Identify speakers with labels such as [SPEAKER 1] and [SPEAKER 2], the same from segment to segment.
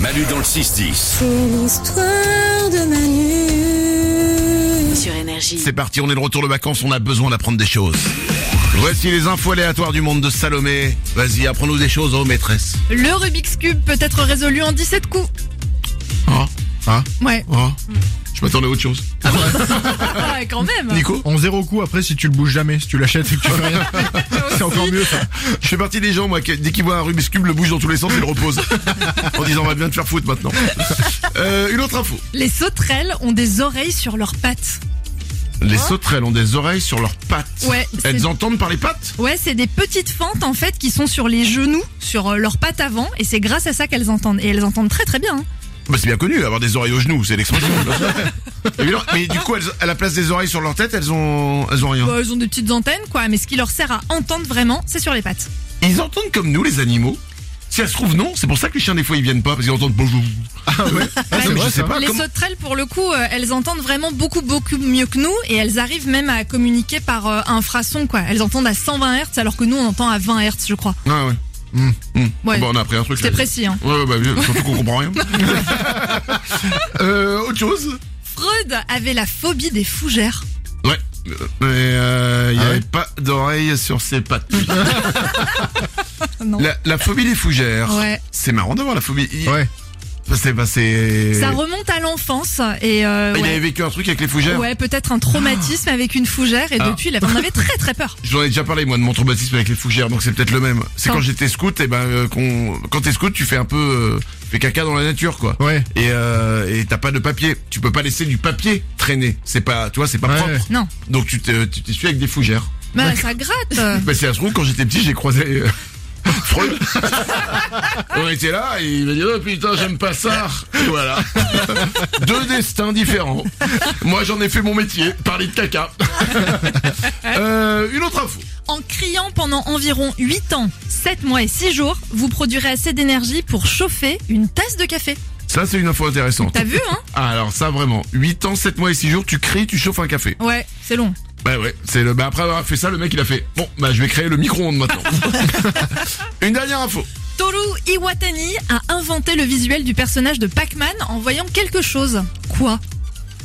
[SPEAKER 1] Manu dans le 6-10.
[SPEAKER 2] C'est l'histoire de Manu.
[SPEAKER 3] sur énergie.
[SPEAKER 1] C'est parti, on est de retour de vacances, on a besoin d'apprendre des choses. Voici les infos aléatoires du monde de Salomé. Vas-y, apprends-nous des choses, oh maîtresse.
[SPEAKER 4] Le Rubik's Cube peut être résolu en 17 coups.
[SPEAKER 1] Ah, ah,
[SPEAKER 4] Ouais.
[SPEAKER 1] ah. Je m'attendais à autre chose.
[SPEAKER 4] Ah, ouais, quand même.
[SPEAKER 1] Nico
[SPEAKER 5] En zéro coup après si tu le bouges jamais, si tu l'achètes et que tu fais rien. C'est encore mieux ça.
[SPEAKER 1] Je fais partie des gens, moi, qui, dès qu'ils voient un Rubik's Cube, le bouge dans tous les sens et le repose. en disant, on va bien te faire foutre maintenant. Euh, une autre info.
[SPEAKER 4] Les sauterelles ont des oreilles sur leurs pattes.
[SPEAKER 1] Les sauterelles ont des oreilles sur leurs pattes.
[SPEAKER 4] Ouais,
[SPEAKER 1] Elles
[SPEAKER 4] c'est-
[SPEAKER 1] entendent par les pattes
[SPEAKER 4] Ouais, c'est des petites fentes en fait qui sont sur les genoux, sur euh, leurs pattes avant, et c'est grâce à ça qu'elles entendent. Et elles entendent très très bien. hein.
[SPEAKER 1] bah, C'est bien connu, avoir des oreilles aux genoux, c'est l'expression. Évidemment. Mais du coup, elles, à la place des oreilles sur leur tête, elles ont, elles ont rien.
[SPEAKER 4] Bah, elles ont des petites antennes quoi, mais ce qui leur sert à entendre vraiment, c'est sur les pattes.
[SPEAKER 1] Ils entendent comme nous, les animaux. Si elles se trouvent non, c'est pour ça que les chiens des fois ils viennent pas parce qu'ils entendent bonjour. Ah ouais.
[SPEAKER 4] c'est
[SPEAKER 1] mais
[SPEAKER 5] vrai,
[SPEAKER 1] je sais
[SPEAKER 5] ça.
[SPEAKER 1] pas.
[SPEAKER 4] les
[SPEAKER 1] comment-
[SPEAKER 4] sauterelles pour le coup, euh, elles entendent vraiment beaucoup beaucoup mieux que nous, et elles arrivent même à communiquer par euh, infrason quoi. Elles entendent à 120 Hz alors que nous on entend à 20 Hz je crois.
[SPEAKER 1] Ah ouais. Hmm, hmm.
[SPEAKER 4] Ouais.
[SPEAKER 1] Bon, on a appris un truc.
[SPEAKER 4] C'était
[SPEAKER 1] là.
[SPEAKER 4] précis hein.
[SPEAKER 1] Ouais, ouais, bah, bien, surtout qu'on comprend rien. euh, autre chose.
[SPEAKER 4] Freud avait la phobie des fougères.
[SPEAKER 1] Ouais. Euh, Mais euh, il y
[SPEAKER 5] Ah
[SPEAKER 1] avait
[SPEAKER 5] ouais
[SPEAKER 1] pas d'oreilles sur ses pattes.
[SPEAKER 4] Non.
[SPEAKER 1] la, la phobie des fougères.
[SPEAKER 4] Ouais.
[SPEAKER 1] C'est marrant d'avoir la phobie. Il-
[SPEAKER 5] Ouais.
[SPEAKER 1] C'est bah, c'est.
[SPEAKER 4] Ça remonte à l'enfance et euh,
[SPEAKER 1] Bah, Il
[SPEAKER 4] ouais.
[SPEAKER 1] avait vécu un truc avec les fougères.
[SPEAKER 4] Ouais, peut-être un traumatisme avec une fougère et
[SPEAKER 1] Ah.
[SPEAKER 4] depuis, il avait- on avait très très peur.
[SPEAKER 1] Je vous en ai déjà parlé moi de mon traumatisme avec les fougères, donc c'est peut-être le même. C'est
[SPEAKER 4] Quand-
[SPEAKER 1] quand j'étais scout, et ben euh, qu'on- quand t'es scout, tu fais un peu, euh, tu fais caca dans la nature, quoi.
[SPEAKER 5] Ouais.
[SPEAKER 1] Et euh, et t'as pas de papier, tu peux pas laisser du papier traîner. C'est pas, tu vois, c'est pas
[SPEAKER 5] Ouais.
[SPEAKER 1] propre.
[SPEAKER 4] Non.
[SPEAKER 1] Donc tu t'es tu t'essuies avec des fougères.
[SPEAKER 4] Bah, ça gratte.
[SPEAKER 1] Ben c'est un trouve quand j'étais petit, j'ai croisé. euh, Freud. On était là et il m'a dit oh putain j'aime pas ça. Et voilà. Deux destins différents. Moi j'en ai fait mon métier, parler de caca. Euh, une autre info.
[SPEAKER 4] En criant pendant environ 8 ans, 7 mois et 6 jours, vous produirez assez d'énergie pour chauffer une tasse de café.
[SPEAKER 1] Ça, c'est une info intéressante.
[SPEAKER 4] T'as vu, hein
[SPEAKER 1] Ah, alors ça, vraiment. 8 ans, 7 mois et 6 jours, tu crées, tu chauffes un café.
[SPEAKER 4] Ouais, c'est long.
[SPEAKER 1] Bah ouais, c'est le. Bah après avoir fait ça, le mec, il a fait. Bon, bah je vais créer le micro-ondes maintenant. une dernière info.
[SPEAKER 4] Toru Iwatani a inventé le visuel du personnage de Pac-Man en voyant quelque chose. Quoi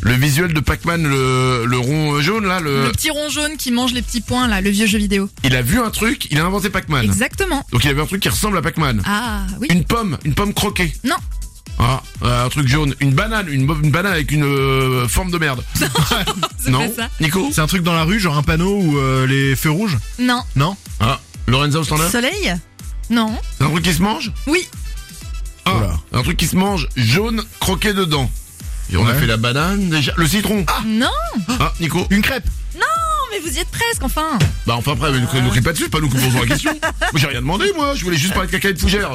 [SPEAKER 1] Le visuel de Pac-Man, le, le rond euh, jaune, là, le.
[SPEAKER 4] Le petit rond jaune qui mange les petits points, là, le vieux jeu vidéo.
[SPEAKER 1] Il a vu un truc, il a inventé Pac-Man.
[SPEAKER 4] Exactement.
[SPEAKER 1] Donc il avait un truc qui ressemble à Pac-Man.
[SPEAKER 4] Ah, oui.
[SPEAKER 1] Ah, Une pomme, une pomme croquée.
[SPEAKER 4] Non.
[SPEAKER 1] Ah, euh, un truc jaune. Une banane, une, bo- une banane avec une euh, forme de merde.
[SPEAKER 4] c'est
[SPEAKER 1] non.
[SPEAKER 4] pas ça.
[SPEAKER 1] Nico
[SPEAKER 5] C'est un truc dans la rue, genre un panneau ou euh, les feux rouges
[SPEAKER 4] Non.
[SPEAKER 5] Non
[SPEAKER 1] Ah, Lorenzo au standard
[SPEAKER 4] Soleil Non.
[SPEAKER 1] C'est un truc qui se mange
[SPEAKER 4] Oui.
[SPEAKER 1] Ah,
[SPEAKER 5] Oula.
[SPEAKER 1] un truc qui se mange jaune croqué dedans. Et on a
[SPEAKER 5] Ouais.
[SPEAKER 1] fait la banane déjà. Le citron. Ah,
[SPEAKER 4] Non,
[SPEAKER 1] Nico.
[SPEAKER 5] Une crêpe
[SPEAKER 4] mais vous y êtes presque, enfin.
[SPEAKER 1] Bah enfin après, ne nous crie pas dessus, pas nous qui posons la question. Moi j'ai rien demandé moi, je voulais juste parler de caca et de fougère.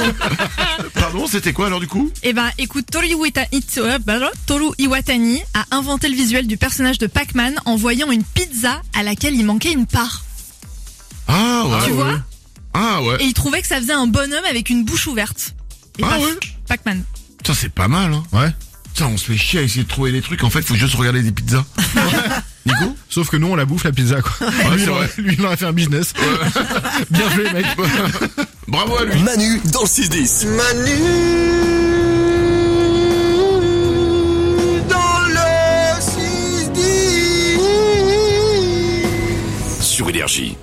[SPEAKER 1] Pardon, c'était quoi alors du coup
[SPEAKER 4] Eh ben, écoute, Toru, Iwata- It- euh, blablabla, Toru Iwatani a inventé le visuel du personnage de Pac-Man en voyant une pizza à laquelle il manquait une part.
[SPEAKER 1] Ah ouais.
[SPEAKER 4] tu vois
[SPEAKER 1] Ah ouais.
[SPEAKER 4] Et il trouvait que ça faisait un bonhomme avec une bouche ouverte. Et
[SPEAKER 1] Ah
[SPEAKER 4] paf,
[SPEAKER 1] ouais
[SPEAKER 4] Pac-man.
[SPEAKER 1] Ça c'est pas mal hein.
[SPEAKER 5] Ouais.
[SPEAKER 1] Putain, on se fait chier à essayer de trouver des trucs, en fait faut juste regarder des pizzas. Nico
[SPEAKER 5] Sauf que nous on la bouffe la pizza quoi.
[SPEAKER 1] Ouais,
[SPEAKER 5] lui,
[SPEAKER 1] c'est
[SPEAKER 5] il aurait,
[SPEAKER 1] vrai.
[SPEAKER 5] lui, il aurait fait un business. Bien joué mec.
[SPEAKER 1] Bravo à lui
[SPEAKER 6] Manu dans le 6-10.
[SPEAKER 7] Manu dans le 6-10.
[SPEAKER 6] Sur Énergie.